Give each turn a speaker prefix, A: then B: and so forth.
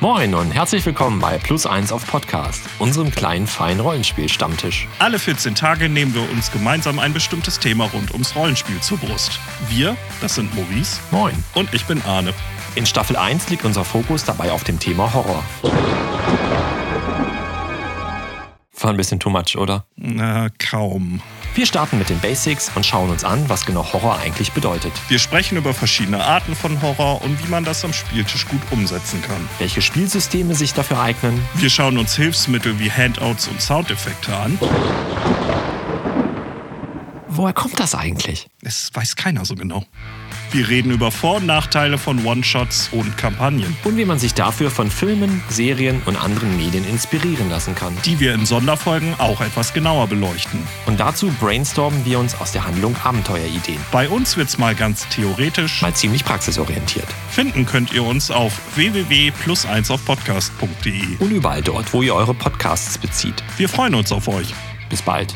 A: Moin und herzlich willkommen bei Plus 1 auf Podcast, unserem kleinen feinen Rollenspiel-Stammtisch.
B: Alle 14 Tage nehmen wir uns gemeinsam ein bestimmtes Thema rund ums Rollenspiel zur Brust. Wir, das sind Maurice
A: Moin.
B: und ich bin Arne.
A: In Staffel 1 liegt unser Fokus dabei auf dem Thema Horror. War ein bisschen too much, oder?
B: Na, kaum.
A: Wir starten mit den Basics und schauen uns an, was genau Horror eigentlich bedeutet,
B: Wir sprechen über verschiedene Arten von Horror und wie man das am Spieltisch gut umsetzen kann.
A: welche Spielsysteme sich dafür eignen,
B: Wir schauen uns Hilfsmittel wie Handouts und Soundeffekte an.
A: woher kommt das eigentlich?
B: Es weiß keiner so genau. Wir reden über Vor- und Nachteile von One-Shots und Kampagnen,
A: Und wie man sich dafür von Filmen, Serien und anderen Medien inspirieren lassen kann.
B: die wir in Sonderfolgen auch etwas genauer beleuchten.
A: Und dazu brainstormen wir uns aus der Handlung Abenteuerideen.
B: Bei uns wird's mal ganz theoretisch.
A: Mal ziemlich praxisorientiert.
B: Finden könnt ihr uns auf www.plus1aufpodcast.de.
A: Und überall dort, wo ihr eure Podcasts bezieht.
B: Wir freuen uns auf euch.
A: Bis bald.